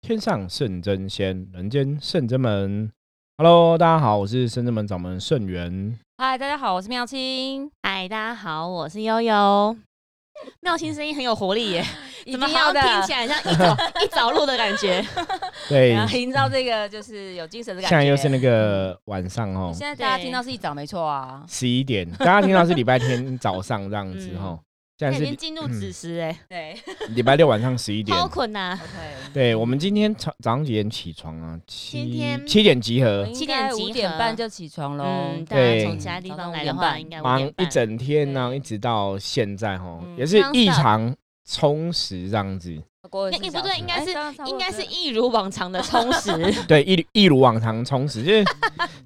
天上圣真仙，人间圣真门。Hello，大家好，我是圣真门掌门圣元。嗨，大家好，我是妙清。嗨，大家好，我是悠悠。妙清声音很有活 力耶，一怎么定好要像听起的，来像一早一早 录的感觉？ 对， 然后营造这个就是有精神哎的感现在觉。又是那个晚上哦，现在大家对听到是一早没错啊。十一点，大家听到是礼拜天早上这样子哦，现已在经是进入子时哎，对礼拜六晚上十一点好。困啊呐！ ，OK，对，我们今天早早上几点起床啊？今七天七点集合，应该五点半就起床喽。嗯，大对家从其他地方来的话，应该五忙点一半。整天呢、对一直到现在哦，嗯也是 Non-stop 异常充实这样子。过了四哎小时不对应该是哎刚刚差不多应该是一如往常的充 实， 对，一如一如往常充实， 就是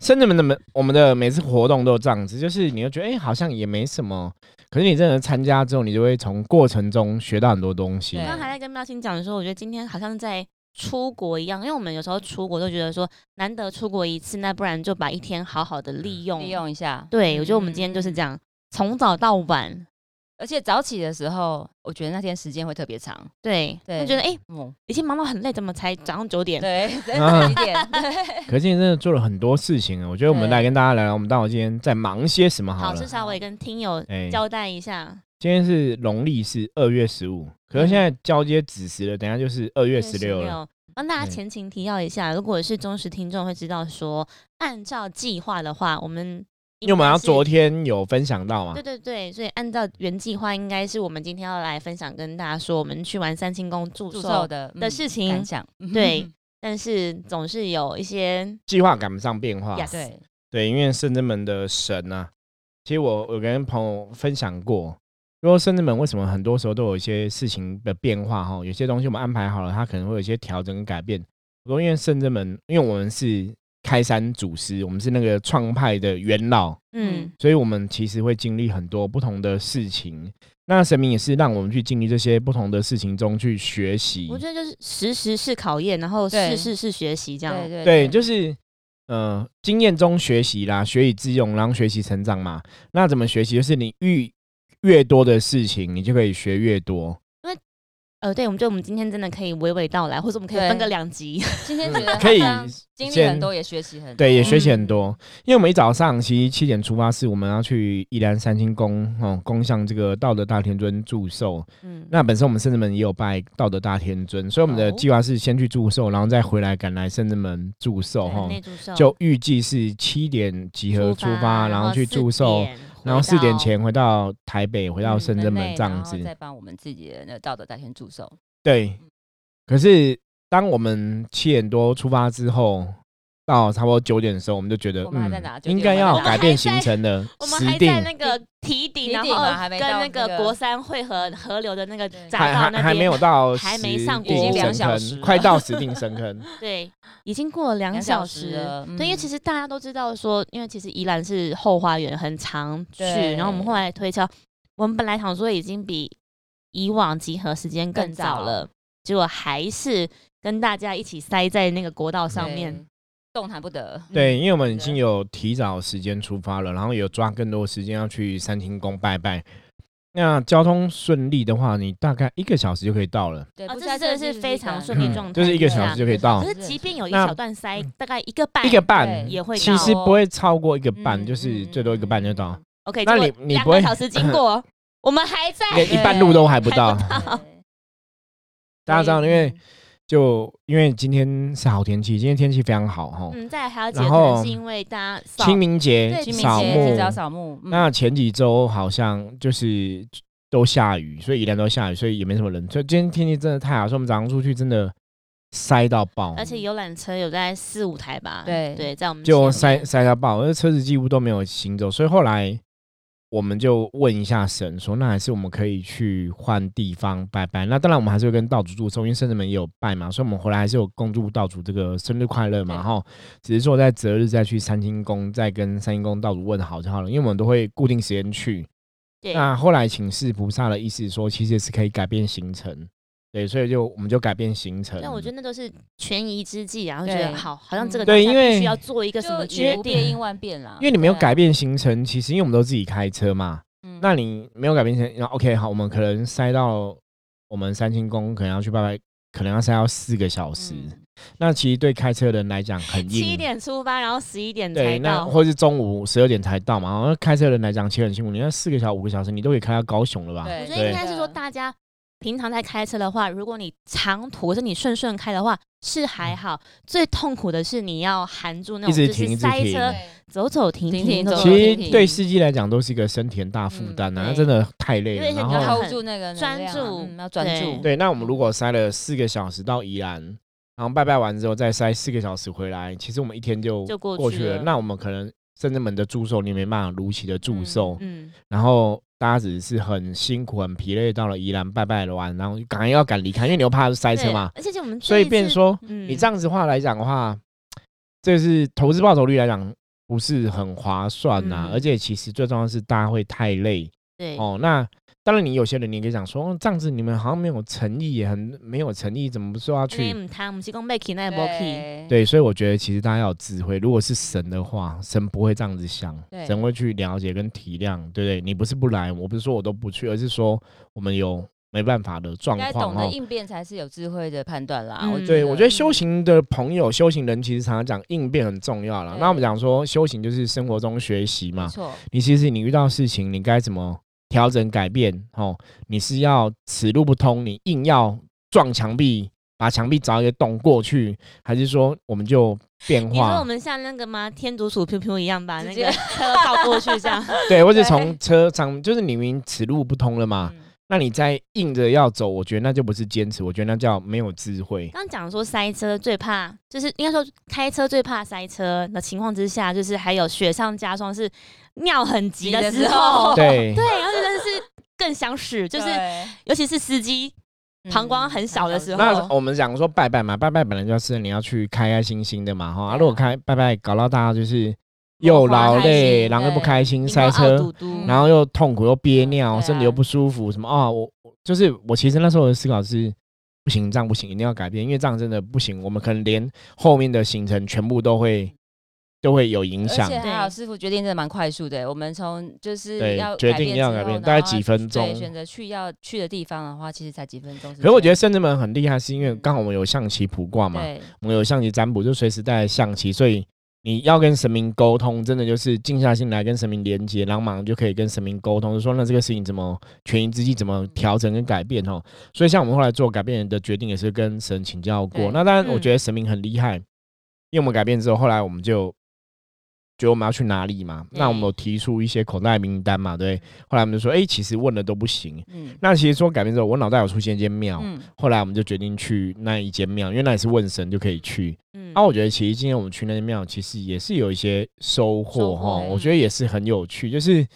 甚至我们的每我们的每次活动都这样子，就是你就觉得哎、好像也没什么，可是你真的参加之后，你就会从过程中学到很多东西对。刚刚还在跟妙清讲说，我觉得今天好像在出国一样，因为我们有时候出国都觉得说难得出国一次，那不然就把一天好好的利用。嗯利用一下。嗯对，我觉得我们今天就是这样，从早到晚。而且早起的时候，我觉得那天时间会特别长。对，对我觉得哎、嗯，已经忙到很累，怎么才早上九点？对， 啊十几点， 可是今天真的做了很多事情啊，我觉得我们对来跟大家聊聊，我们到底今天在忙些什么好好，了至。少我也跟听友哎、交代一下。今天是农历是二月十五，可是现在交接子时了，等一下就是二月十六了。 16。帮大嗯家前情提要一下，如果是忠实听众会知道说，按照计划的话，我们因为我们要昨天，天有分享到嘛对，对对，所以按照原计划，应该是我们今天要来分享跟大家说，我们去玩三清宫祝祝寿寿的的嗯事情感想。 对，但是总是有一些计划赶不上变化。 Yes 对，对，因为圣真门的神啊，其实我我跟朋友分享过，说圣真门为什么很多时候都有一些事情的变化哈，有些东西我们安排好了，它可能会有一些调整跟改变。我说因为圣真门，因为我们是开山祖师，我们是那个创派的元老，嗯所以我们其实会经历很多不同的事情。那神明也是让我们去经历这些不同的事情中去学习。我觉得就是时时是考验，然后对事事是学习，这样对对对，就是呃，经验中学习啦，学以致用，然后学习成长嘛。那怎么学习？就是你遇越多的事情，你就可以学越多。呃，对，我们觉得我们今天真的可以娓娓道来，或者我们可以对分个两集。今天觉得嗯可以好像经历先很多，也学习很多。对，也学习很嗯多。因为我们一早上其实七点出发，是我们要去宜兰三清宫哦，宫向这个道德大天尊祝寿。嗯，那本身我们圣子门也有拜道德大天尊，所以我们的哦计划是先去祝寿，然后再回来赶来圣子门祝寿对哈。内祝寿就预计是七点集合出发，然后去祝寿，，然后四点到前回到台北，回到嗯深圳人门类，这样然子后。再帮我们自己的那个道德大天助手。对，可是当我们七点多出发之后，到差不多九点的时候，我们就觉得我们还在哪嗯， 9点应该要我们还改变在行程了，我们时还定在那个提顶，堤然顶后嘛还没跟到那那个个国三汇合河流的那个对匝还道还那还没边，有到还没石上定已经两深小坑时了快到石定深坑。对，已经过了两小时。了，嗯对，因为其实大家都知道说，因为其实宜兰是后花园，很常去。对然后我们后来推敲，我们本来想说已经比以往集合时间更更早早了，结果还是跟大家一起塞在那个国道上对面。动弹不得。对，因为我嗯们已啊经有提早时间出发了，然后有抓更多时间要去三清宫拜拜。那交通顺利的话，你大概一个小时就可以到了，对，哦不这下真的车是就非常赶顺利嗯状态就是一个对小啊时就可以到可。是即便有一那嗯小段塞，大概一个半，一个半对也会其实到哦不会超过一个半，嗯就是最多一个半就到， OK，那结果你你两不会个小时经过， 我们还在。连一半路都还不到。 大家知道，因嗯为就因为今天是好天气，今天天气非常好哈。嗯，再来还要解哦然可后能是因为大家扫清明节对清明扫节墓是，找扫墓，嗯那前几周好像就是都下雨，所以宜兰都下雨，所以也没什么人。所以今天天气真的太好，所以我们早上出去真的塞到爆，而且游览车有在四五台吧？对对，在我们就前塞面塞到爆，那车子几乎都没有行走。所以后来我们就问一下神说，那还是我们可以去换地方拜拜。那当然我们还是会跟道主祝寿，因为圣人们也有拜嘛，所以我们回来还是有恭祝道主这个生日快乐嘛。对哈，只是说在择日再去三清宫，再跟三清宫道主问好就好了，因为我们都会固定时间去。对那后来请示菩萨的意思说，其实是可以改变行程，对，所以就我们就改变行程。但我觉得那都是权宜之计啊，然后觉得对好，好像这个嗯对当下因为必须要做一个就什么以决不变定。应万变啦，因为你没有对啊改，变行程，其实因为我们都自己开车嘛，嗯那你没有改变行程，然后 OK 好，我们可能塞到我们三清宫，可能要去拜拜可能要塞到四个小时。嗯那其实对开车的人来讲很硬。七点出发，然后十一点对，才那到。或是中午十二点才到嘛，然后开车的人来讲其实很辛苦，你那四个小五个小时你都可以开到高雄了吧？对我觉对得应该是说，大家平常在开车的话，如果你长途或者你顺顺开的话是还好，最痛苦的是你要含住那嗯一种直就停一是直塞停车，走走停停停走走走其走停实停，对司机来讲都是一个身体很大负担啊，嗯那真的太累了。因为然你要后 hold 住那个能专量啊注嗯要专对注。对，那我们如果塞了四个小时到宜兰，然后拜拜完之后再塞四个小时回来，其实我们一天就就过过去去了。了那我们可能甚至们的祝寿你也没办法如期的祝寿，嗯，然后大家只是很辛苦、很疲累到了宜兰拜拜了完，然后赶快要赶离开，因为你又怕塞开车嘛。而且就我们所以变成成说，嗯你这样子话来讲的话，这是投资报酬率来讲不是很划算呐、嗯而且其实最重要的是大家会太累对哦。那当然，你有些人你可以讲说，哦这样子你们好像没有诚意，也很没有诚意，怎么不说要因为去？唔贪，唔是讲被 k 那也不 k 对，对，所以我觉得其实大家要有智慧。如果是神的话，神不会这样子想，对神会去了解跟体谅，对不对？你不是不来，我不是说我都不去，而是说我们有没办法的状应该况懂得哦。应变才是有智慧的判断啦。嗯我对，我觉得得修行的朋友、修行人其实常常讲应变很重要啦。对那我们讲说修行就是生活中学习没嘛，错，你其实你遇到事情，你该怎么调整改变？哦，你是要此路不通，你硬要撞墙壁，把墙壁凿一个洞过去，还是说我们就变你说我化？们像那个吗？天竺鼠 Q Q 一样把直那接 个车倒过去这 样，对，或是对从车上，就是你明明此路不通了嘛，嗯那你再硬着要走，我觉得那就不是坚持，我觉得那叫没有智慧。刚讲说塞车最怕，就是应该说开车最怕塞车的情况之下，就是还有雪上加霜是尿很急的时 候，对，哦对，然后真的是更想屎， 就是对嗯尤其是司机膀胱很小的时候哦那我们讲说拜拜嘛，拜拜本来就是你要去开开心心的嘛，哈、啊，如果开拜拜搞到大家就是又劳累，不开心哦然后又不开心，顶塞多凹车嘟，嘟，然后又痛苦又憋尿，嗯对啊身体又不舒服，什么啊、我我就是我其实那时候的思考是。不行，这样不行，一定要改变，因为这样真的不行。我们可能连后面的行程全部都会都会有影嗯而响且。还好，对师傅决定真的蛮快速的。我们从就是对要决改定变要之改后变然大概后几分对钟选择去要去的地方的话，其实才几分钟时可间。是我觉得圣人们很厉害，是因为刚好我们有象棋卜卦嘛，对我们有象棋占卜，就随时带象棋，所以你要跟神明沟通，真的就是静下心来跟神明连接，然后马上就可以跟神明沟通，就说那这个事情怎么权宜之计怎么调整跟改变哦。所以像我们后来做改变的决定，也是跟神请教过。对那当然，我嗯觉得神明很厉害，因为我们改变之后，后来我们就。觉得我们要去哪里嘛？那我们有提出一些口袋名单嘛？对，后来我们就说，哎、其实问了都不行。嗯那其实说改变之后，我脑袋有出现一间庙，嗯，后来我们就决定去那一间庙，因为那里是问神就可以去。嗯啊，我觉得其实今天我们去那间庙，其实也是有一些收获收哈获，嗯我觉得也是很有趣。就是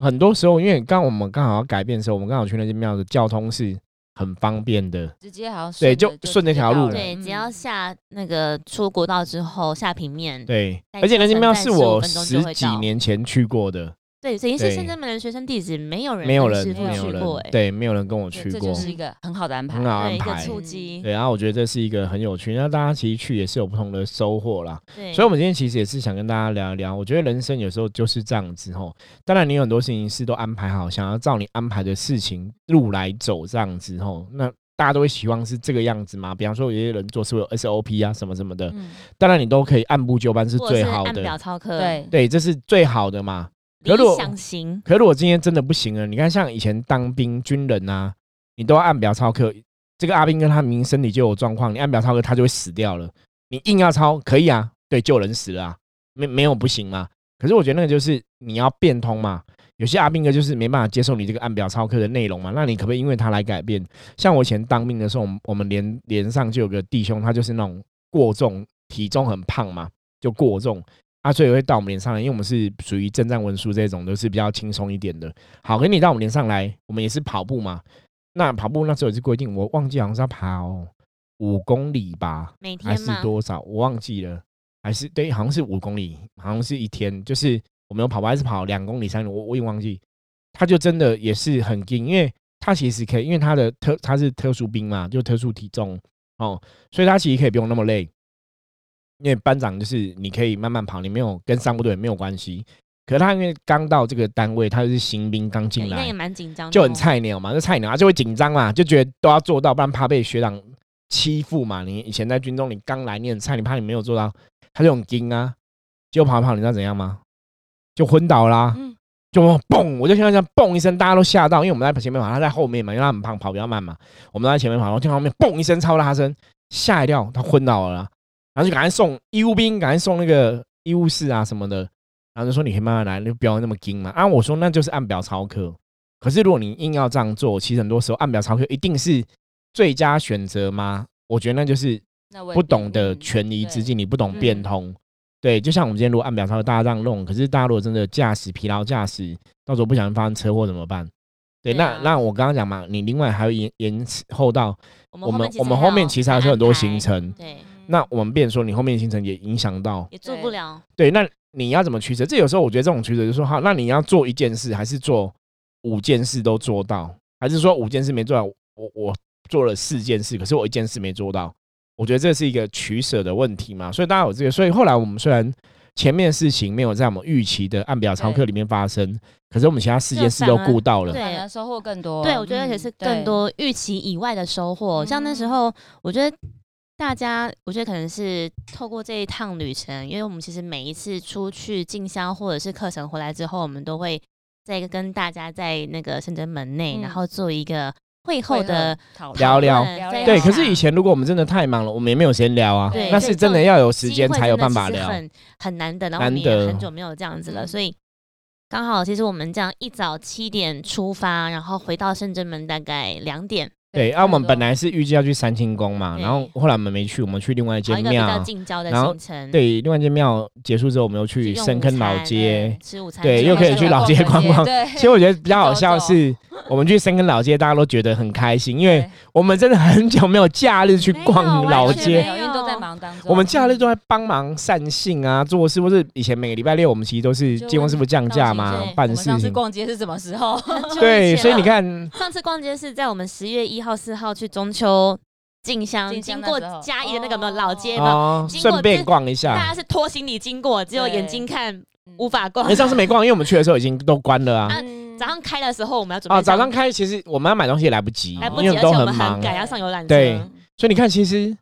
很多时候，因为刚我们刚好要改变的时候，我们刚好去那间庙的交通是很方便的，嗯直接好像顺对着就顺着直接条路到了对，只要嗯下那个出国道之后下平面，对。在而且那间庙是我交通站15分钟十就会几到年前去过的，对，所以是对深圳门的学生弟子，没有人没有跟人，师傅没有去过，人，哎，对，没有人跟我对去这过就，是一个很好的安排很。好对，安一个排。触及，对，然后我觉得这是一个很有趣，那大家其实去也是有不同的收获啦。对，所以，我们今天其实也是想跟大家聊一聊，我觉得人生有时候就是这样子吼。当然，你有很多事情是都安排好，想要照你安排的事情路来走这样子吼。那大家都会希望是这个样子嘛？比方说，有些人做事会有 SOP 啊，什么什么的。嗯，当然，你都可以按部就班是或者最是好按表的，操课，，对，对，这是最好的嘛。可理是我想型，可如果今天真的不行了，你看像以前当兵军人啊，你都要按表操课，这个阿兵跟他明明身体就有状况，你按表操课他就会死掉了，你硬要操可以啊，对，救人死了啊，没没有不行嘛。可是我觉得那个就是你要变通嘛，有些阿兵哥就是没办法接受你这个按表操课的内容嘛，那你可不可以因为他来改变？像我以前当兵的时候，我们我们连连上就有个弟兄，他就是那种过重，体重很胖嘛，就过重。啊，所以会到我们脸上来，因为我们是属于征战文书这种，都是比较轻松一点的。好，给你到我们脸上来，我们也是跑步嘛。那跑步那时候也是规定，我忘记好像是要跑五公里吧，每还天是嘛，多少，我忘记了，还是对，好像是五公里，好像是一天，就是我没有跑步，还是跑两公里、三公里，我我也忘记。他就真的也是很硬，因为他其实可以，因为他的特他是特殊兵嘛，就特殊体重哦，所以他其实可以不用那么累。因为班长就是你可以慢慢跑，你没有跟上部队没有关系。可是他因为刚到这个单位，他就是新兵刚对进那也来，蛮紧张的哦，啊就很菜鸟嘛，就菜鸟他就会紧张嘛，就觉得都要做到，不然怕被学长欺负嘛。你以前在军中，你刚来，你很菜，你怕你没有做到，他就很惊啊，结果跑一跑，你知道怎样吗？就昏倒啦、嗯就嘣，我就听到这样嘣一声，大家都吓到，因为我们在前面跑，他在后面嘛，因为他很胖，跑比较慢嘛。我们都在前面跑，然后听到后面嘣一声超大声，吓一跳，他昏倒了啦然后就赶快送医务兵，赶快送那个医务室啊什么的。然后就说你可以慢慢来，你就不要那么惊嘛。啊，我说那就是按表操课。可是如果你硬要这样做，其实很多时候按表操课一定是最佳选择吗？我觉得那就是那嗯不懂得权权宜之计，你不懂嗯变通。对，就像我们今天如果按表操课，大家这样弄，可是大家如果真的驾驶疲劳驾驶，到时候不小心发生车祸怎么办？对，对啊那那我刚刚讲嘛，你另外还要延延后到我我们们面我们后面其实还是有很多行，程，对，那我们变成说你后面行程也影响到也做不了。对，那你要怎么取舍？这有时候我觉得这种取舍就是说，好，那你要做一件事，还是做五件事都做到，还是说五件事没做到？我我做了四件事，可是我一件事没做到。我觉得这是一个取舍的问题嘛，所以大家有这个，所以后来我们虽然前面的事情没有在我们预期的按表操课里面发生，可是我们其他四件事都顾到了对。反而收获更多。嗯对，我觉得也是更多预期以外的收获。像那时候，我觉得大家，我觉得可能是透过这一趟旅程，因为我们其实每一次出去进香或者是课程回来之后，我们都会再跟大家在那个深圳门内，嗯然后做一个会后的讨论聊聊讨论再对，聊可是下以前如果我们真的太忙了，我们也没有时间聊啊啊对，那所以是真的这种要有时机间会才真有的办其法实聊。很很难得。然后我难们也得很久没有这样子了，嗯所以刚好其实我们这样一早七点出发，然后回到深圳门大概两点，对，啊，我们本来是预计要去三清宫嘛，对然后后来我们没去，我们去另外一跑间一个比较庙。近郊的然后行程。对，另外一间庙结束之后，我们又去深坑老街。吃午餐，对吃又午可以餐去老街逛逛对， 其实我觉得比较好 笑的走走是，我们去深坑老街，大家都觉得很开心，因为对我们真的很久没有假日去逛没有老完全街没。有因为都在忙当中。我们假日都在帮忙善信啊，做事，或是以前每个礼拜六我们其实都是嗯就金光师傅降价告嘛警对，办我们事上次情。逛街是什么时候？对，所以你看，看，上次逛街是在我们十月一号、四号去中秋进香，进经香过那时候嘉义的那个有没有哦老街嘛，哦，经过顺便逛一大家下。是拖行李经过，只有眼对睛看，嗯无法逛哎，。上次没逛，因为我们去的时候已经都关了啊。嗯早上开的时候我们要准备哦，早上上开其实我们要买东西也来不及，来不因及，为而且都我们忙很，赶，要上游览车。对所以你看，其实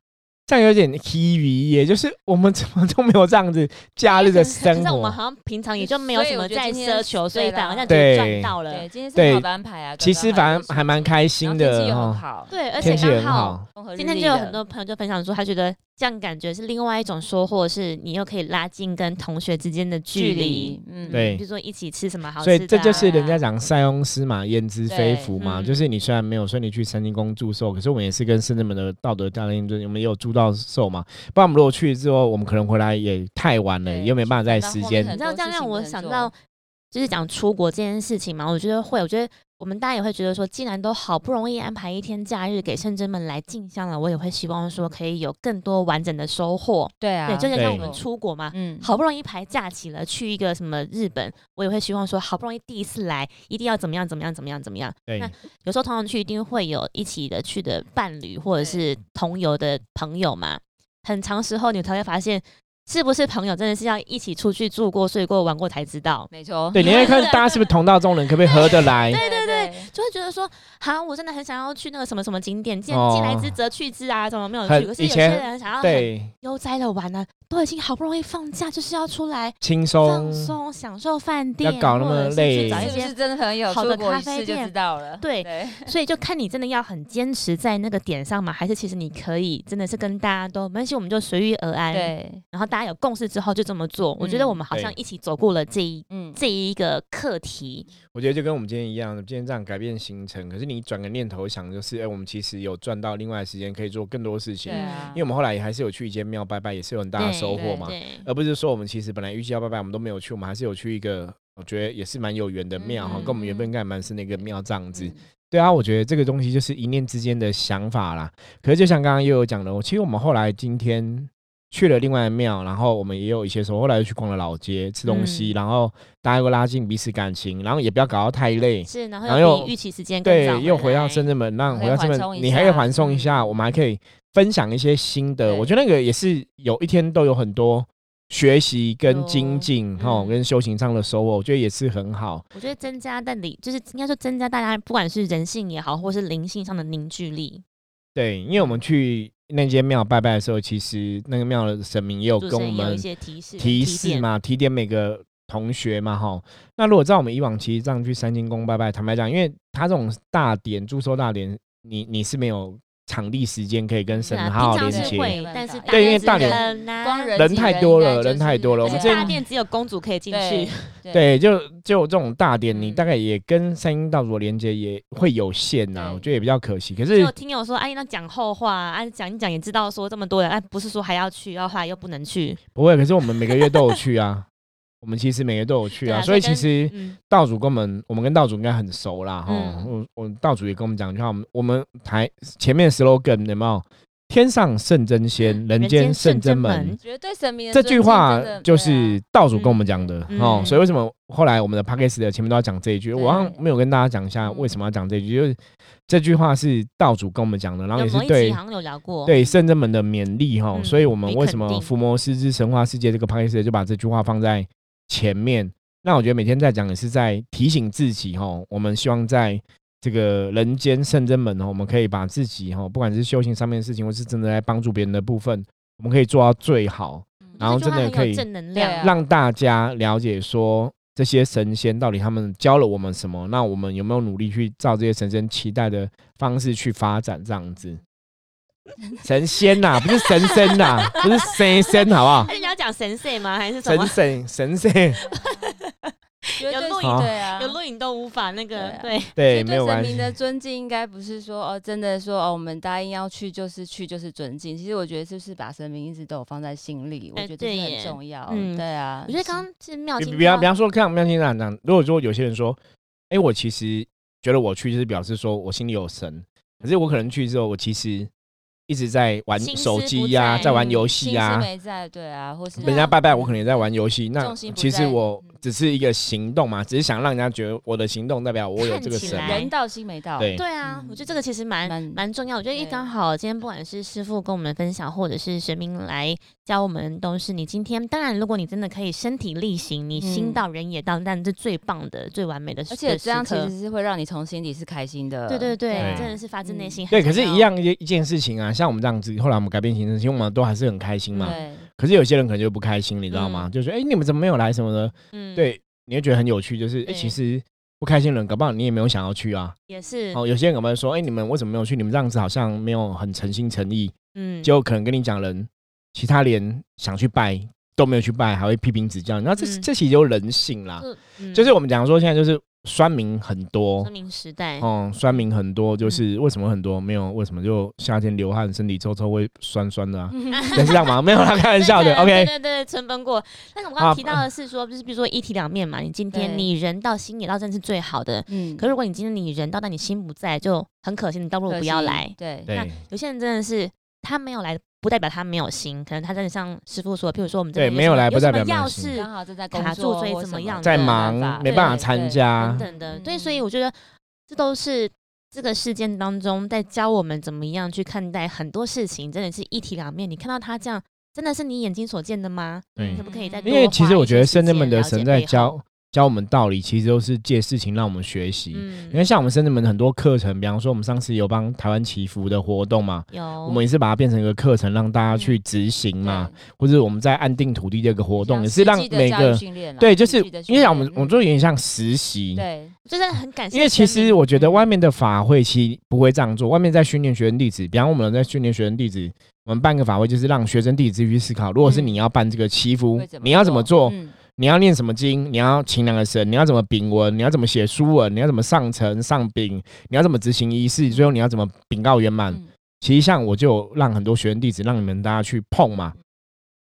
这样有点 TV，也就是我们怎么都没有这 样子假日的生其实我活们。好像平常也就没有什么在奢求，所所以以我觉得今天反而这样对就啦赚到了对，。今天对是好的安排啊。其实反而还蛮开心的哈，哈，好，对，而天且气刚很好好。综合日今天历就有的很多朋友就分享说，他觉得这样感觉是另外一种收获，是你又可以拉近跟同学之间的距距离离。，嗯对比如说一起吃什么好吃所的啊、以这就是人家讲塞翁失马焉知非福嘛，对嗯就是你虽然没有顺利去三清宫祝寿，可是我们也是跟深圳门的道德大令尊，我们也有祝到寿嘛。不然我们如果去之后，我们可能回来也太晚了，对也没办法在想到时后间面你很知道这样让我很多事情想能到做，就是讲出国这件事情嘛，我觉得会，我觉得我们大家也会觉得说，既然都好不容易安排一天假日给圣真们来进香了，我也会希望说可以有更多完整的收获。对啊，对，就是对像我们出国嘛。嗯，好不容易排假期了，去一个什么日本，我也会希望说，好不容易第一次来，一定要怎么样怎么样怎么样怎么样。对那 有时候同常去一定会有一起的去的伴侣或者对是同游的朋友嘛，很长时候你才会发现，是不是朋友真的是要一起出去住过、睡过、玩过才知道。没错，对，你要看大家是不是同道中人，可不可以合得来？对对对对对，就会觉得说，好，我真的很想要去那个什么什么景点，既然哦既来之则去之啊，怎么没有很去？可是以有些前人想要很对，悠哉的玩呢、都已经好不容易放假，就是要出来轻松。放松、享受饭店，搞那或者么是累去找一是不些是真的朋友好的出国咖一啡次就店知道了。对对， 所以就看你真的要很坚持在那个点上嘛，还是其实你可以真的是跟大家都没关系，我们就随遇而安。，对，然后大家有共识之后就这么做。我觉得嗯我们好像对一起走过了这一嗯，这一个课题。我觉得就跟我们今天一样，今天这样改变行程，可是你转个念头想，就是哎、我们其实有赚到另外的时间，可以做更多事情。对啊因为我们后来也还是有去一间庙拜拜，也是有很大的收获嘛，呃对，而不是说我们其实本来预计要拜拜，我们都没有去，我们还是有去一个我觉得也是蛮有缘的庙哈，嗯跟我们原本应该蛮是那个庙这样子。嗯对啊，我觉得这个东西就是一念之间的想法啦。可是就像刚刚又有讲的，其实我们后来今天去了另外的庙，然后我们也有一些时候后来又去逛了老街吃东西，然后大家又拉近彼此感情，然后也不要搞到太累。是，然然后后又又比预期时间更早对，又回到来深圳门，让可以回到深缓松圳，一你还可以下缓松一嗯下，我们还可以分享一些新的。对我觉得那个也是有一天都有很多学习跟有精进哈、嗯跟修行上的收获，我觉得也是很好。我觉得增加但理就是应该说增加大家不管是人性也好，或是灵性上的凝聚力。对，因为我们去那间庙拜拜的时候，其实那个庙的神明也有主哦跟持我人有们一些提示提示？嘛，提点每个同学嘛，哈。那如果照我们以往，其实这样去三清宫拜拜，坦白讲，因为他这种大典祝寿大典，你你是没有场地时间可以跟神点是啊好好平连常是接。会对，但是啊对因为大典连很难，光人人挤太多应该了人就是太多了而我且们大这殿只有公主可以进对去，对，就就这种大典，你嗯大概也跟三清道主的连接也会有限呐、对我觉得也比较可惜。可就是有听友说，哎，那讲后话，啊，讲一讲也知道说这么多人，哎，不是说还要去，然后后来又不能去，不会，可是我们每个月都有去啊，我们其实每个月都有去对啊，啊所以所以其实嗯，道主跟我们，我们跟道主应该很熟啦，哈、嗯我我道主也跟我们讲，就像我们我们台前面 slogan 有没有？天上圣真仙，嗯人间圣真门。 觉得对神明的这句尊敬话真的就是道主跟我们讲的、嗯哦，嗯所以为什么后来我们的 p a c k a g e 的前面都要讲这一句？对我好像没有跟大家讲一下嗯为什么要讲这一句，就是这句话是道主跟我们讲的，然后有也是某一对期好像有聊过，对圣真门的勉励哈、嗯所以我们与为肯什么定《伏魔师之神话世界》这个 p o d c a s 就把这句话放在前面？那我觉得每天在讲也是在提醒自己哈、我们希望在这个人间圣真门哦，我们可以把自己哈、不管是修行上面的事情，或是真的在帮助别人的部分，我们可以做到最好，嗯然后这句话真的可很有以正能量对啊，让大家了解说。这些神仙到底他们教了我们什么？那我们有没有努力去照这些神仙期待的方式去发展？这样 子，神仙呐、不是神仙 呐、不是神仙，好不好？哎，你要讲神社吗？还是什么神？神神 仙，觉得有对录影对啊， 有录影都无法那个，对，对，所以没有神关系明。的尊敬应该不是说哦，真的说哦，我们答应要去就是去就是尊敬。其实我觉得就是把神明一直都有放在心里，哎我觉得这是对耶很重要。嗯对啊，我觉得是刚刚是妙你清比方说比方说，看妙清长讲，如果说有些人说，哎、我其实觉得我去就是表示说我心里有神，可是我可能去之后，我其实一直在玩心思手不机呀、在在玩嗯游心戏思呀、没在，对啊，或是人家拜拜，我可能也在玩游戏。那重心不其实在我嗯只是一个行动嘛，只是想让人家觉得我的行动代表我有这个看起神来嘛。人到心没到。对对啊嗯，我觉得这个其实蛮蛮蛮重要。我觉得因为对刚好今天不管是师傅跟我们分享，或者是神明来教我们，都是你今天。当然，如果你真的可以身体力行，你心嗯到人也到，但是最棒的、最完美的时刻。而且这样其时刻实是会让你从心底是开心的。对对对对，真的是发自嗯内心。对，可是，一，样一一件事情啊，像我们这样子，后来我们改变行程，其实我们都还是很开心嗯嘛。对，可是有些人可能就不开心，你知道吗？就说，哎，你们怎么没有来什么的？嗯，，对，你会觉得很有趣，就是，哎，对嗯其实不开心的人，搞不好你也没有想要去啊。也是，哦，有些人搞不好说，哎，你们为什么没有去？你们这样子好像没有很诚心诚意，嗯，就可能跟你讲人，其他连想去拜都没有去拜，还会批评指教你。那这嗯这其实就是人性啦。嗯啊就是我们讲说现在就是酸民很多说，明时代，嗯，酸民很多，嗯就是为什么很多没有为什么就夏天流汗，身体臭臭会酸酸 的啊，但是干嘛？没有啦，开玩笑的对对，OK。对对，春分过。但是我们刚啊刚提到的是说，就是比如说一体两面嘛，你今天对你人到心也到，真的是最好的。嗯可是如果你今天你人到，但你心不在，就很可惜，你倒不如可不要惜来。对，对有些人真的是他没有来，不代表他没有心，可能他真的像师傅说，譬如说我们真的对没有来不代表什没么有要心事刚好正在工卡住，作所以或怎什样的在没忙办法没办法对参等加，等的。对，嗯所以我觉得这都是这个事件当中在教我们怎么样去看待很多事情，真的是一体两面。你看到他这样，真的是你眼睛所见的吗？对你可不可以再嗯多因为其花实我一觉些得时圣人间们的了解神在背后，教教我们道理，其实都是借事情让我们学习。因为嗯，像我们圣人们很多课程，比方说我们上次有帮台湾祈福的活动嘛，有我们也是把它变成一个课程让大嗯家去执行嘛，或者我们在按定土地这个活动也是让每个对，就是因为我们我们做做有点像实习，嗯对就是很感谢神明。因为其实我觉得嗯外面的法会其实不会这样做，外面在训练学生弟子，比方我们在训练学生弟子，我们办个法会就是让学生弟子去思考，如果是嗯你要办这个祈福会，你要怎么做？嗯你要念什么经？你要请哪个神？你要怎么禀文？你要怎么写书文？你要怎么上呈上禀？你要怎么执行仪式？最后你要怎么禀告圆满？嗯其实像我就有让很多学生弟子，让你们大家去碰嘛，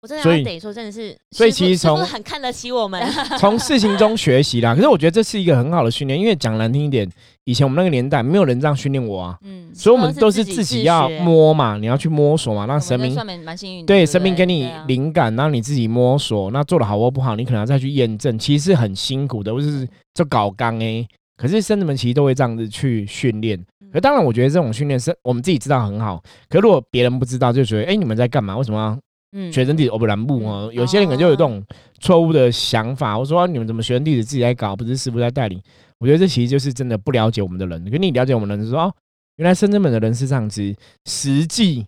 我真的所要以得说，真的是，所以师其傅实师傅从很看得起我们， 从事情中学习啦。可是我觉得这是一个很好的训练，因为讲难听一点，以前我们那个年代没有人这样训练我啊，嗯，所以我们都是都是自自己己自要嗯学摸嘛，你要去摸索嘛，让神我们都明算蛮蛮幸运的，对啊不神明给你对啊灵感，让你自己摸索。那做的好或不好，你可能要再去验证，其实是很辛苦的，或是就搞纲哎。可是生子们其实都会这样子去训练。可当然，我觉得这种训练是我们自己知道很好，可如果别人不知道，就觉得哎、诶你们在干嘛？为什么要嗯学生弟子欧不然不哦，有些人可能就有这种错误的想法，我说、啊你们怎么学生弟子自己在搞，不是师傅在带领？我觉得这其实就是真的不了解我们的人。可你了解我们的人，就说哦，原来深圳本的人是这样子，实际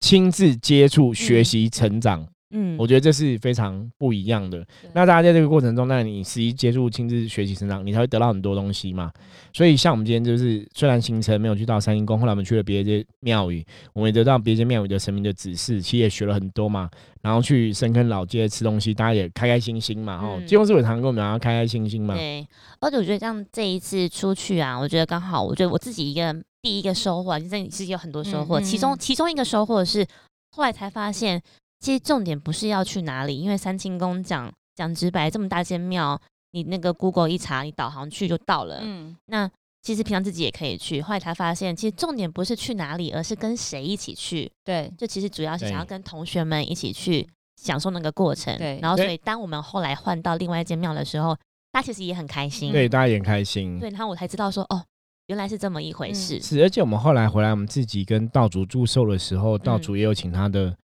亲自接触、学习、成长，嗯，我觉得这是非常不一样的对。那大家在这个过程中，那你实际接触、亲自学习、成长，你才会得到很多东西嘛。所以，像我们今天就是，虽然行程没有去到三清宫，后来我们去了别的庙宇，我们也得到别的庙宇的神明的指示，其实也学了很多嘛。然后去深坑老街吃东西，大家也开开心心嘛。哦，嗯金公司有常跟我们讲要开开心心嘛。对，而且我觉得像这一次出去啊，我觉得刚好，我觉得我自己一个人第一个收获啊，其实其实有很多收获，嗯嗯其中嗯其中一个收获是后来才发现，其实重点不是要去哪里，因为三清宫讲讲直白，这么大间庙，你那个 Google 一查，你导航去就到了。嗯，那其实平常自己也可以去，后来才发现，其实重点不是去哪里，而是跟谁一起去。对，就其实主要是对想要跟同学们一起去享受那个过程。对然后所对以当我们后来换到另外一间庙的时候，他其实也很开心。对，大家也很开心。对，然后我才知道说，哦，原来是这么一回嗯事。是，而且我们后来回来，我们自己跟道主祝寿的时候，道嗯主也有请他的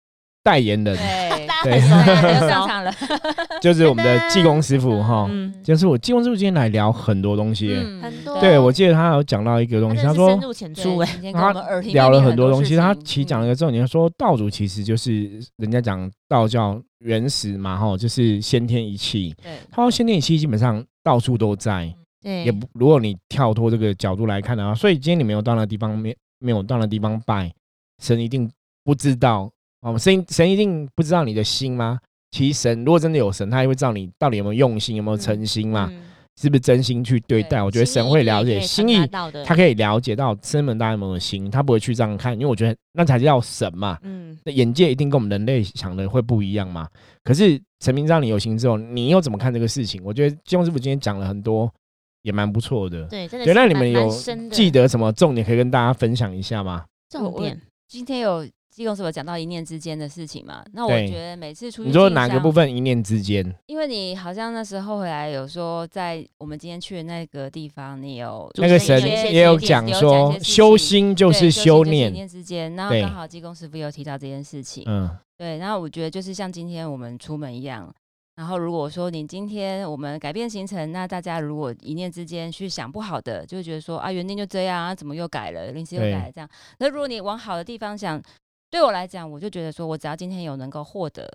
代言人，对，大家 对很熟，大 家又很上熟。啊场了，就是我们的济公师傅哈。嗯，就是我济公师傅今天来聊很多东西耶，嗯很多对我记得他有讲到一个东西，哦真他的是说深入浅对出哎、今天跟他我们耳提聊面了命很多东事西，他情其实嗯讲了一个重点，他说道主其实就是人家讲道教原始嘛哈，就是先天一气。对他说先天一气基本上到处都在，对，也不如果你跳脱这个角度来看的话，所以今天你没有到那地方，没没有到那地方拜神，一定不知道哦，神神一定不知道你的心吗？其实神如果真的有神，他也会知道你到底有没有用心，有没有诚心嘛，嗯，是不是真心去对待？对我觉得神会了解心心意也可以传意达，到的，他可以了解到生门大家有没有心，他不会去这样看，因为我觉得那才叫神嘛。嗯，那眼界一定跟我们人类想的会不一样嘛。可是神明让你有心之后，你又怎么看这个事情？我觉得金庸师傅今天讲了很多，也蛮不错的。对，真的对，那是你蛮们有蛮深的记得什么重点可以跟大家分享一下吗？重我点？今天有基公师傅讲到一念之间的事情嘛？那我对觉得每次出去，你说哪个部？分一念之间？因为你好像那时候回来有说，在我们今天去的那个地方，你有主那个持神人有一些也有提讲有讲一说些，事情修心就对是修就是一念，念之间，然后对刚好济公师傅有提到这件事情，嗯，对，然后我觉得就是像今天我们出门一样。然后，如果说你今天我们改变行程，那大家如果一念之间去想不好的，就会觉得说啊，原定就这样啊，怎么又改了，临时又对改了这样。那如果你往好的地方想，对我来讲，我就觉得说我只要今天有能够获得，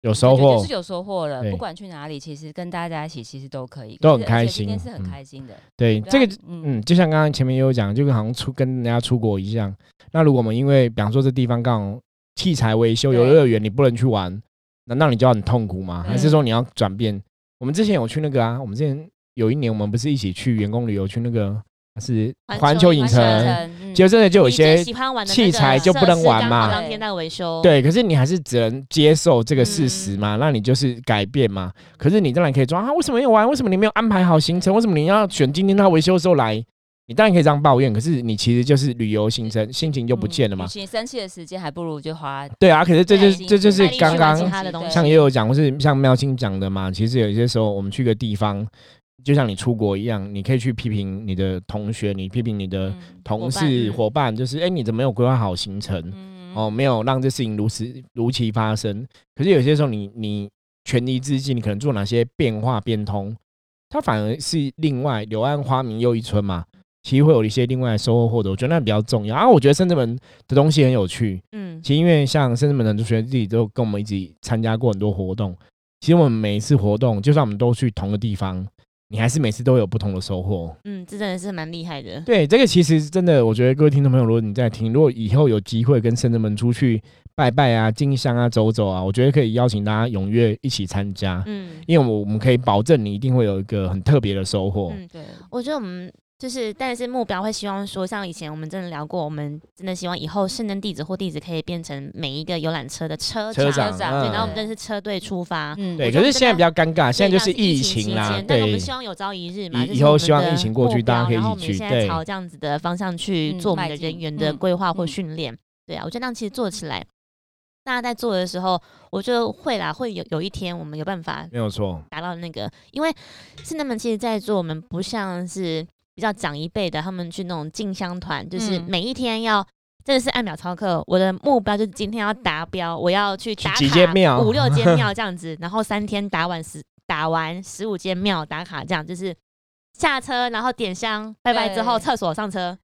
有收我觉得获就是。有收获了。对不管去哪里，其实跟大家一起，其实都可以，都很可是开而且今天心是很嗯开心的。对，对啊这个，嗯，嗯，就像刚刚前面也有讲，就跟好像出跟人家出国一样。那如果我们因为比方说这地方刚好器材维修对游乐园你不能去玩，难道你就要很痛苦吗？对还是说你要转变？我们之前有去那个啊，我们之前有一年我们不是一起去员工旅游去那个是环球环球影影城城。嗯就真的就有一你最些喜欢玩的器那个材就不设能施玩刚好嘛当天在维哦修，对，可是你还是只能接受这个事实嗯嘛，那你就是改变嘛。可是你当然可以说啊，为什么没有玩？为什么你没有安排好行程？为什么你要选今天他维修的时候来？你当然可以这样抱怨，可是你其实就是旅游行程，心情就不见了嘛嗯与。其生气的时间，还不如就花对啊，可是这就对是这就耐是心去刚玩刚其其他他的东西，像也有讲，或是像喵星讲的嘛，其实有些时候我们去个地方，就像你出国一样，你可以去批评你的同学，你批评你的嗯同伙伴事、嗯伙伴，就是哎、你怎么没有规划好行程？嗯哦，没有让这事情如此如期发生。可是有些时候你，你权宜之计，你可能做哪些变化变通，它反而是另外柳暗花明又一村嘛。其实会有一些另外的收获获得，我觉得那比较重要啊。我觉得深圳门的东西很有趣，嗯，其实因为像深圳门的同学自己都跟我们一起参加过很多活动，其实我们每一次活动，就算我们都去同个地方，你还是每次都有不同的收获。嗯，这真的是蛮厉害 的。对，这个其实真的，我觉得各位听众朋友，如果你在听，如果以后有机会跟圣人们出去拜拜啊、进香啊、走走啊，我觉得可以邀请大家踊跃一起参加，嗯，因为我我们可以保证你一定会有一个很特别的收获。嗯对，我觉得我们就是，但是目标会希望说，像以前我们真的聊过，我们真的希望以后圣灯弟子或弟子可以变成每一个游览车的车车长长，车嗯长对，然后我们真的是车队出发。嗯对，我可觉得是现在比较尴尬，现在就对是疫疫情期啦间，但是我对们，希望有朝一日嘛，以这是以后我们希望的疫情过去目标大家可以然后一起我去们现对在朝这样子的方向去嗯做我们的迈进人员的嗯规划或嗯训练。对啊，我觉得那样其实做起来，大家在做的时候，我就会啦，会有有一天我们有办法没有错，达到那个，因为是他们其实，在做我们不像是比较长一辈的，他们去那种进香团，就是嗯每一天要。真的是按表操课，我的目标就是今天要达标，我要去打去几间庙卡五六间庙这样子，然后三天打完十打完十五间庙打卡这样，就是下车然后点香拜拜之后对厕所上车，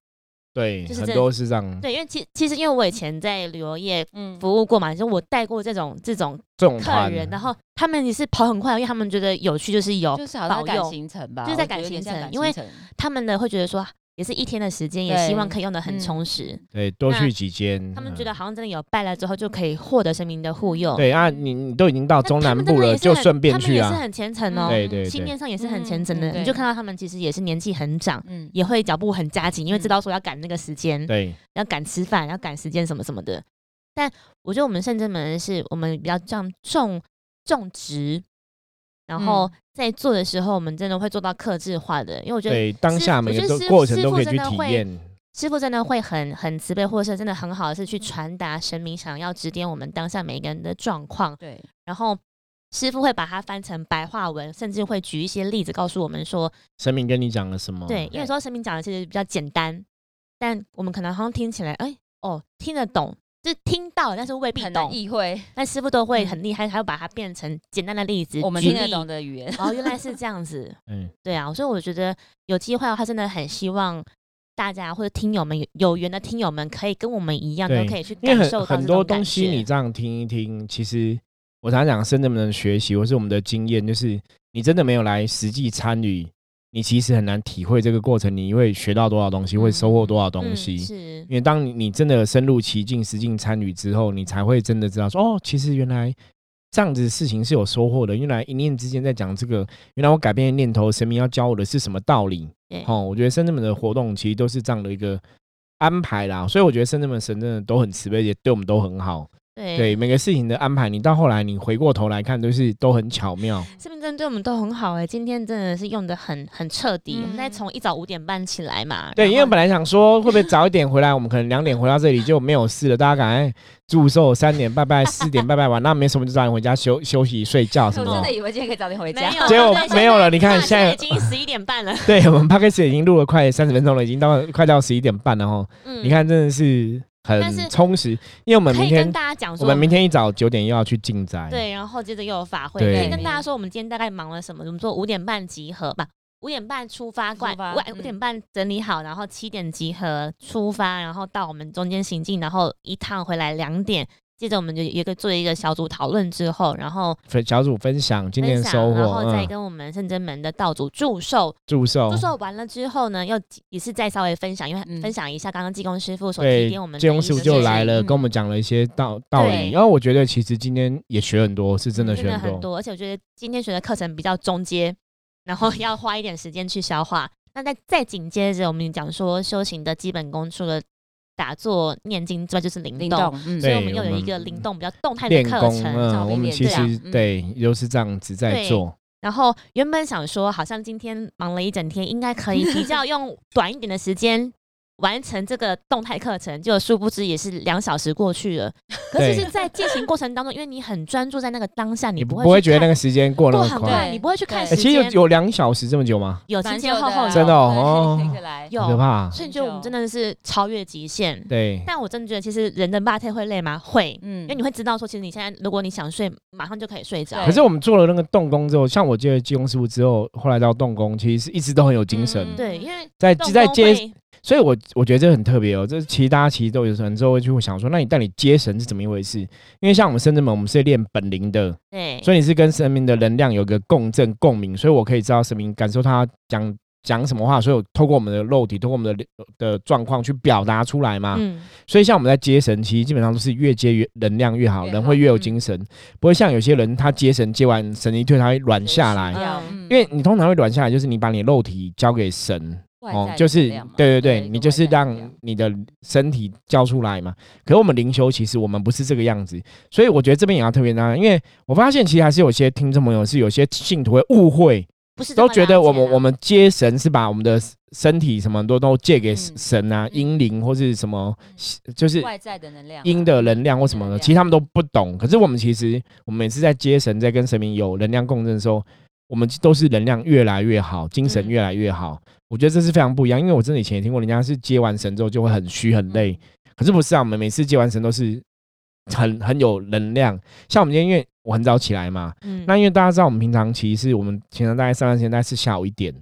对，就是很这多是这样，对，因为其其实因为我以前在旅游业嗯，服务过嘛，就我带过这种这种这种客团人，啊然后他们也是跑很快，因为他们觉得有趣就是有，就是好像在保赶佑行程吧，就是我在觉得赶有点行像程赶因为程他们的会觉得说也是一天的时间，也对希望可以用的很嗯充实。对，多那去几间。他嗯们觉得好像真的有拜了之后就可以获得神明的护佑。嗯对啊，你你都已经到那中他南们真部的了，也是就很顺便他们去也是啊。很虔诚哦，对对心对面上也是很虔诚嗯的，对你就看到他们其实也是年纪很长。嗯，也会脚步很加紧，因为嗯知道说要赶那个时间，对，要赶吃饭，要赶时间什么什么的。但我觉得我们圣真门是我们比较这样重重植，然后嗯在做的时候，我们真的会做到克制化的，因为我觉得对，当师下我每觉个得都师过师程都傅可以真去的体会验。师傅真的会很很慈悲，或者是真的很好，是去传达神明想要指点我们当下每个人的状况，对，然后。师傅会把它翻成白话文，甚至会举一些例子告诉我们说，神明跟你讲了什么？对，因为对说神明讲的其实比较简单，但我们可能好像听起来，哎、哦，听得懂，就是听到，但是未必很难懂。意会但师傅都会嗯很厉害，他会把它变成简单的例子，我们举听得例懂。的语 言。哦，原来是这样子，嗯，对啊，所以我觉得有机会的话，真的很希望大家或者听友们有有缘的听友们，可以跟我们一样，都对可以去因为感受很到这很多种感东西觉你这样听一听，其实我常讲深圳人的学习或是我们的经验，就是你真的没有来实际参与，你其实很难体会这个过程，你会学到多少东西，会收获多少东嗯西。是因为当你你真的深入其境、实际参与之后，你才会真的知道说，哦，其实原来这样子的事情是有收获的。原来一念之间在讲这个，原来我改变的念头，神明要教我的是什么道理对？哦，我觉得深圳们的活动其实都是这样的一个安排啦，所以我觉得深圳们神真的都很慈悲，也对我们都很好。对对每个事情的安排，你到后来你回过头来看，都是都很巧妙。这边真的对我们都很好哎、今天真的是用的很很彻底。我们在嗯从一早五点半起来嘛，对，然因为后本来想说会不会早一点回来，我们可能两点回到这里就没有事了，大家赶快祝寿，三点拜拜，四点拜拜完，那没什么就早点回家休休息睡觉什我么真的的。以为今天可以早点回没家，有，结果对没有了你看啊现在已经十一点半了。对我们 p a c k a g e 已经录了快三十分钟了，已经到快到十一点半了哦。嗯你，看真的是但很是充实，因为我们可明以跟天大家讲说我们明天一早九点又要去竞灾，对，然后接着又有法会，对可以跟大家说我们今天大概忙了什么。我们说五点半集合吧，五点半出发，快出发五五嗯点半整理好，然后七点集合出发，然后到我们中间行进，然后一趟回来两点。接着我们就有一个做一个小组讨论之后，然后分小组分享今天分的享，收然获，后再嗯，哦跟我们圣真门的道主祝寿，祝寿祝，寿完了之后呢，要也是再稍微分享，因为嗯分享一下刚刚济公师傅所提对点我们，的建一荣师些事傅情，就来了，嗯跟我们讲了一些道道对理。然后我觉得其实今天也学很多，是真的嗯真学的很很多。多，而且我觉得今天学的课程比较中阶，然后 要花一点时间去消化。那再再紧接着，我们讲说修行的基本功，除了打坐、念经之外，就是灵灵动，动，嗯所以对我们又我有一们个灵动比较动态的练课功，程。照嗯，片我们练其这样实嗯对都是这样子在对做，然后原本想说，好像今天忙了一整天，应该可以比 较用短一点的时间完成这个动态课程，就殊不知也是两小时过去了。可是对是在进行过程当中，因为你很专注在那个当下，你不不会会去觉得那看个时间过那过么很快。快，你不会去看对欸时其实有间。有两小时这么久吗？有蛮前久前后后的啊有真的哦对可以来，很可有，怕。所以你觉得我很们久真的是超越极限。对，但我真的觉得，其实人的骂太会累吗？会，嗯，因为你会知道说，其实你现在如果你想睡，马上就可以睡着。对可是我们做了那个动工之后，像我接了技工师傅之后，后来到动工，其实是一直都很有精神嗯。对，因为在动在工接会所以我我觉得这很特别哦。这其实大家其实都有时候之后会去会想说，那你到底接神是怎么一回事？因为像我们深圳门，我们是练本灵的，对，所以你是跟神明的能量有个共振共鸣，所以我可以知道神明感受他讲讲什么话，所以我透过我们的肉体，透过我们的的状况去表达出来嘛。嗯，所以像我们在接神，其实基本上都是越接越能量越好，越人好会越有嗯精神。不会像有些人他接神接完神一退，他会软下来。嗯因因为你通常会软下来，就是你把你的肉体交给神哦，就是对对对，你就是让你的身体交出来嘛。可是我们灵修其实我们不是这个样子，所以我觉得这边也要特别当，因为我发现其实还是有些听众朋友是有些信徒会误会，不是这都么觉得了解啊我们啦我们接神是把我们的身体什么很多都借给神啊嗯，阴灵或是什么，就是外在的能量啊，阴的能量或什么的，能量其实他们都不懂。可是我们其实，我们每次在接神，在跟神明有能量共振的时候，我们都是能量越来越好，精神嗯越来越好。我觉得这是非常不一样，因为我真的以前也听过，人家是接完神之后就会很虚嗯很累，可是不是啊，我们每次接完神都是很很有能量。像我们今天，因为我很早起来嘛，嗯那因为大家知道我们平常其实是我们平常大概上班时间大概是下午一点，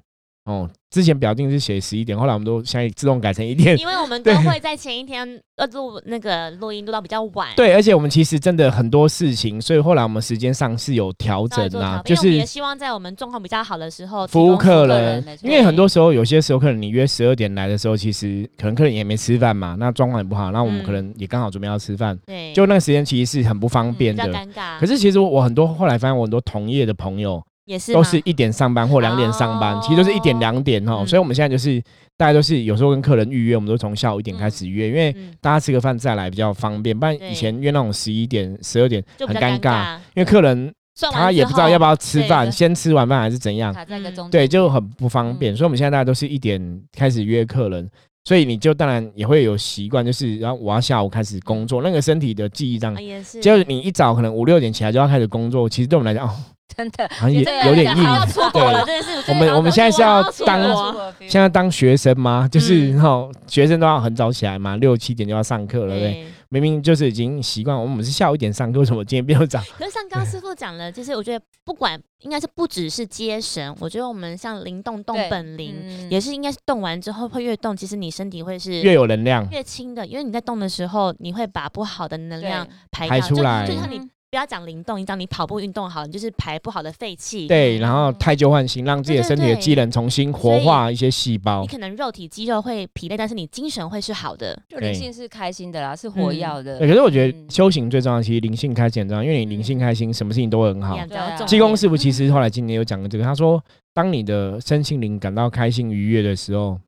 哦，之前表定是写十一点，后来我们都现在自动改成一点。因为我们都对会在前一天呃录那个录音录到比较晚，对，而且我们其实真的很多事情，所以后来我们时间上是有调稍微整做啊调，就因为我们是也希望在我们状况比较好的时候提服务供客人人没，错因为很多时候有些时候客人你约十二点来的时候，其实可能客人也没吃饭嘛，那状况也不好，那我们嗯可能也刚好准备要吃饭，对，就那个时间其实是很不方便嗯比较的。尴尬。可是其实我很多后来发现，我很多同业的朋友也是都吗是一点上班或两点上班，哦其实都是一点两点哦。嗯所以我们现在就是大家都是有时候跟客人预约，我们都从下午一点开始约，因为嗯，大家吃个饭再来比较方便。不然对以前约那种十一点、十二点，就比较很尴尴尬。因为客人算完他也不之知道后要不要吃对饭，对先吃完饭还是怎样，卡在一个嗯中间对，就很不方便。嗯所以我们现在大家都是一点开始约客人。所以你就当然也会有习惯，就是然后我要下午开始工作，那个身体的记忆上啊，也是，就是你一早可能五六点起来就要开始工作，其实对我们来 讲，哦，真的好像也真的有点真的硬要。出国了，真的是。我们我们现在是要 当我我要出国现在当学生嘛，就是嗯然后学生都要很早起来嘛，六七点就要上课了，对不对？对，明明就是已经习惯，我们是下午一点上课，为什么今天变成早？可是像刚刚师傅讲了，就是我觉得不管应该是不只是接神，我觉得我们像灵动动对本灵，嗯也是应该是动完之后会越动，其实你身体会是越有能量，越轻的，因为你在动的时候，你会把不好的能对量排排掉出就来就像嗯你不要讲灵动，你讲你跑步运动好，你就是排不好的废气。对，然嗯后太旧换新，让自己的身体的对对对机能重新活化一些细胞你。可能肉体肌肉会疲累，但是你精神会是好的。就灵性是开心的啦，是活跃的。对，可是我觉得嗯。修行最重要，其实灵性开心很重要，因为你嗯灵性开心，什么事情都会很好。两条重济公点师傅其实后来今年有讲过这个，他说，当你的身心灵感到开心愉悦的时候，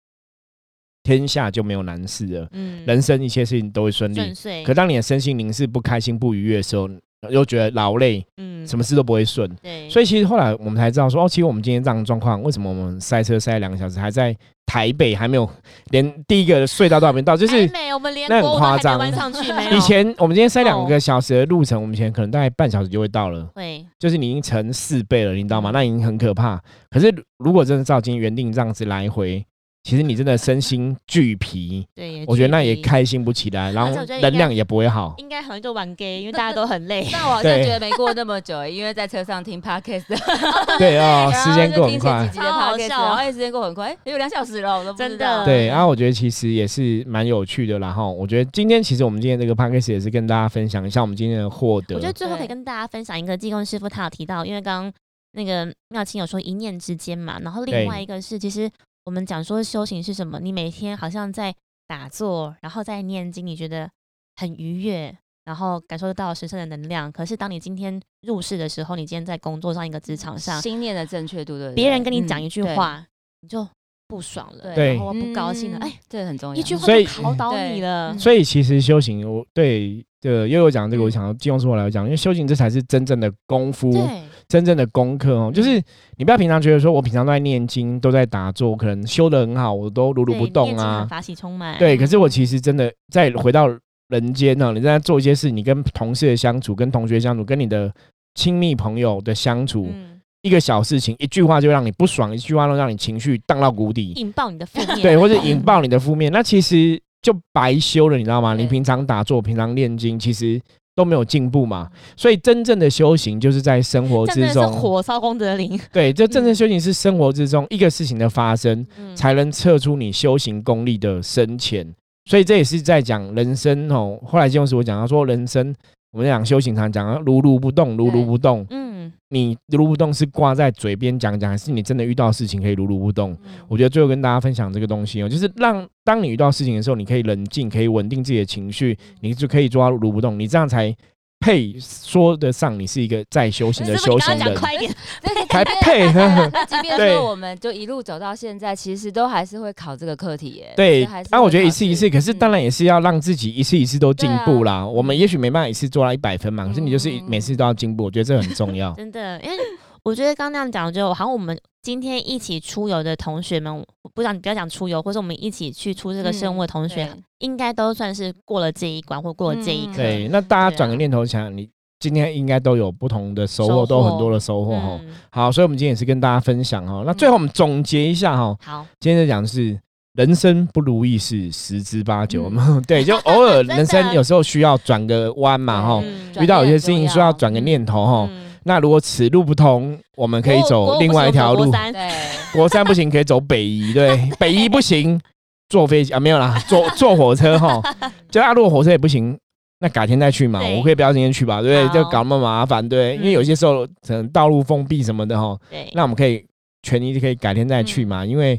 天下就没有难事了，嗯人生一切事情都会顺利。顺遂，可当你的身心灵是不开心、不愉悦的时候，又觉得劳累，嗯什么事都不会顺。对，所以以其实后来我们才知道说，哦，其实我们今天这样的状况，为什么我们塞车塞两个小时，还在台北还没有连第一个隧道都还没到，就是美，我们连那很国我都还夸张啊没弯上去，没有以前我们今天塞两个小时的路程，我们以前可能大概半小时就会到了，会就是你已经乘四倍了，你知道吗？那已经很可怕。可是如果真的照今天原定这样子来回，其实你真的身心俱疲，对，我觉得那也距离开心不起来，然后而且我觉得应该能量也不会好。应该很容易就玩 gay，因为大家都很累 但我好像对觉得没过那么久，因为在车上听 podcast，对 哦，然后时间就过很听快前几。集的超好 podcast，笑然后哎时间过很快，哎有两小时了，我都不知真的道。对，然后我觉得其实也是蛮有趣的啦哈。我觉得今天其实我们今天这个 p a c k a g e 也是跟大家分享一下我们今天的获得。我觉得最后可以对跟大家分享一个济公师傅他有提到，因为刚刚那个妙清有说一念之间嘛，然后对另外一个是其实我们讲说修行是什么，你每天好像在打坐，然后在念经，你觉得很愉悦。然后感受得到神圣的能量，可是当你今天入世的时候，你今天在工作上一个职场上，心念的正确度，对不对，别人跟你讲嗯一句，对话，你就不爽了，对然后不高兴了，哎、，嗯这很重要。一 句话所就以考倒你了哎对，所以其实修行，我对这悠悠讲嗯这个，我想要借用说来讲，因为修行这才是真正的功夫，对，真正的功课哦。就是你不要平常觉得说我平常都在念经，都在打坐，我可能修得很好，我都如不如不动啊。法喜充满，对，可是我其实真的再回到人间哦呢、你在做一些事，你跟同事的相处，跟同学相处，跟你的亲密朋友的相处，嗯，一个小事情，一句话就让你不爽，一句话都让你情绪荡到谷底，引爆你的负面，对，或者引爆你的负面，那其实就白修了，你知道吗？对你平常打坐、平常练经，其实都没有进步嘛。所以真正的修行就是在生活这之样 真的是中，火烧功德林，对，这真正修行是生活之中一个事情的发生，嗯才能测出你修行功力的深浅。所以这也是在讲人生哦。后来金庸师我讲他说人生，我们讲修行常讲啊如如不动，如如不动。嗯，你如不动是挂在嘴边讲讲，还是你真的遇到事情可以如如不动？嗯我觉得最后跟大家分享这个东西哦，就是让当你遇到事情的时候，你可以冷静，可以稳定自己的情绪，你就可以抓如不动，你这样才配说得上你是一个在修行的师傅修行你刚刚讲人，快一点，。才配。那即便对说我们就一路走到现在，其实都还是会考这个课题耶。对啊就还，是那、我觉得会一考次一试次，可是嗯当然也是要让自己一次一次都进步啦。我们也许没办法一次做到一百分嘛，可是你就是每次都要进步，我觉得这很重要 真的，因为我觉得刚刚那样讲，我觉得好像我们今天一起出游的同学们，我不想不要讲出游，或者我们一起去出这个任务的同学，嗯应该都算是过了这一关或过了这一嗯刻，对，那大家对啊转个念头想想，你今天应该都有不同的收收获，获都有很多的收获哦。嗯好，所以我们今天也是跟大家分享哦。那最后我们总结一下哦，好，今天在讲的是人生不如意事十之八九嗯嘛， 对，就偶尔真的人生有时候需要转个弯嘛哈，嗯遇到有些转念事情很重需要转个念头哈。嗯那如果此路不通，我哦们可以走另外一条路。对，对，国三不行，可以走北移。 对，北移不行，坐飞机啊，没有啦，坐坐火车 哈。就大陆火车也不行，那改天再去嘛。对我可以不要今天去吧，对不好嗯对？就搞那么麻烦，对。因为有些时候可能道路封闭什么的哈，对，嗯那我们可以全力可以改天再去嘛，因为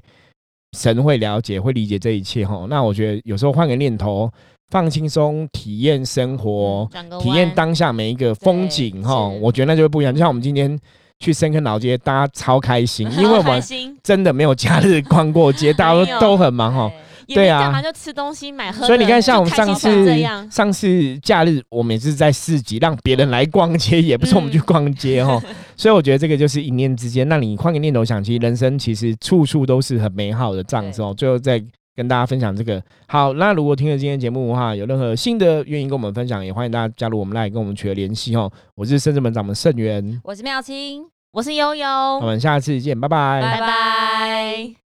神会了解，会理解这一切哈。那我觉得有时候换个念头，放轻松，体验生活，嗯转个体弯验当下每一个风景对哈，是我觉得那就会不一样。就像我们今天去深坑老街，大家超开 心，因为我好开们心真的没有假日逛过街，大 没家有都都很忙哈。也对没啊干嘛就吃东西买喝的，所以你看，像就我们开上心次成这样，上次假日，我们也是在市集让别人来逛街，也不是我嗯们去逛街 哈。所以我觉得这个就是一念之间，让你换个念头想，其实人生其实处处都是很美好的这样子哦。最后再跟大家分享这个。好，那如果听了今天节目的话，有任何新的愿意跟我们分享，也欢迎大家加入我们来跟我们取得联系哦。我是深圳门掌门盛元，我是妙清，我是悠悠，我们下次见，拜拜拜拜拜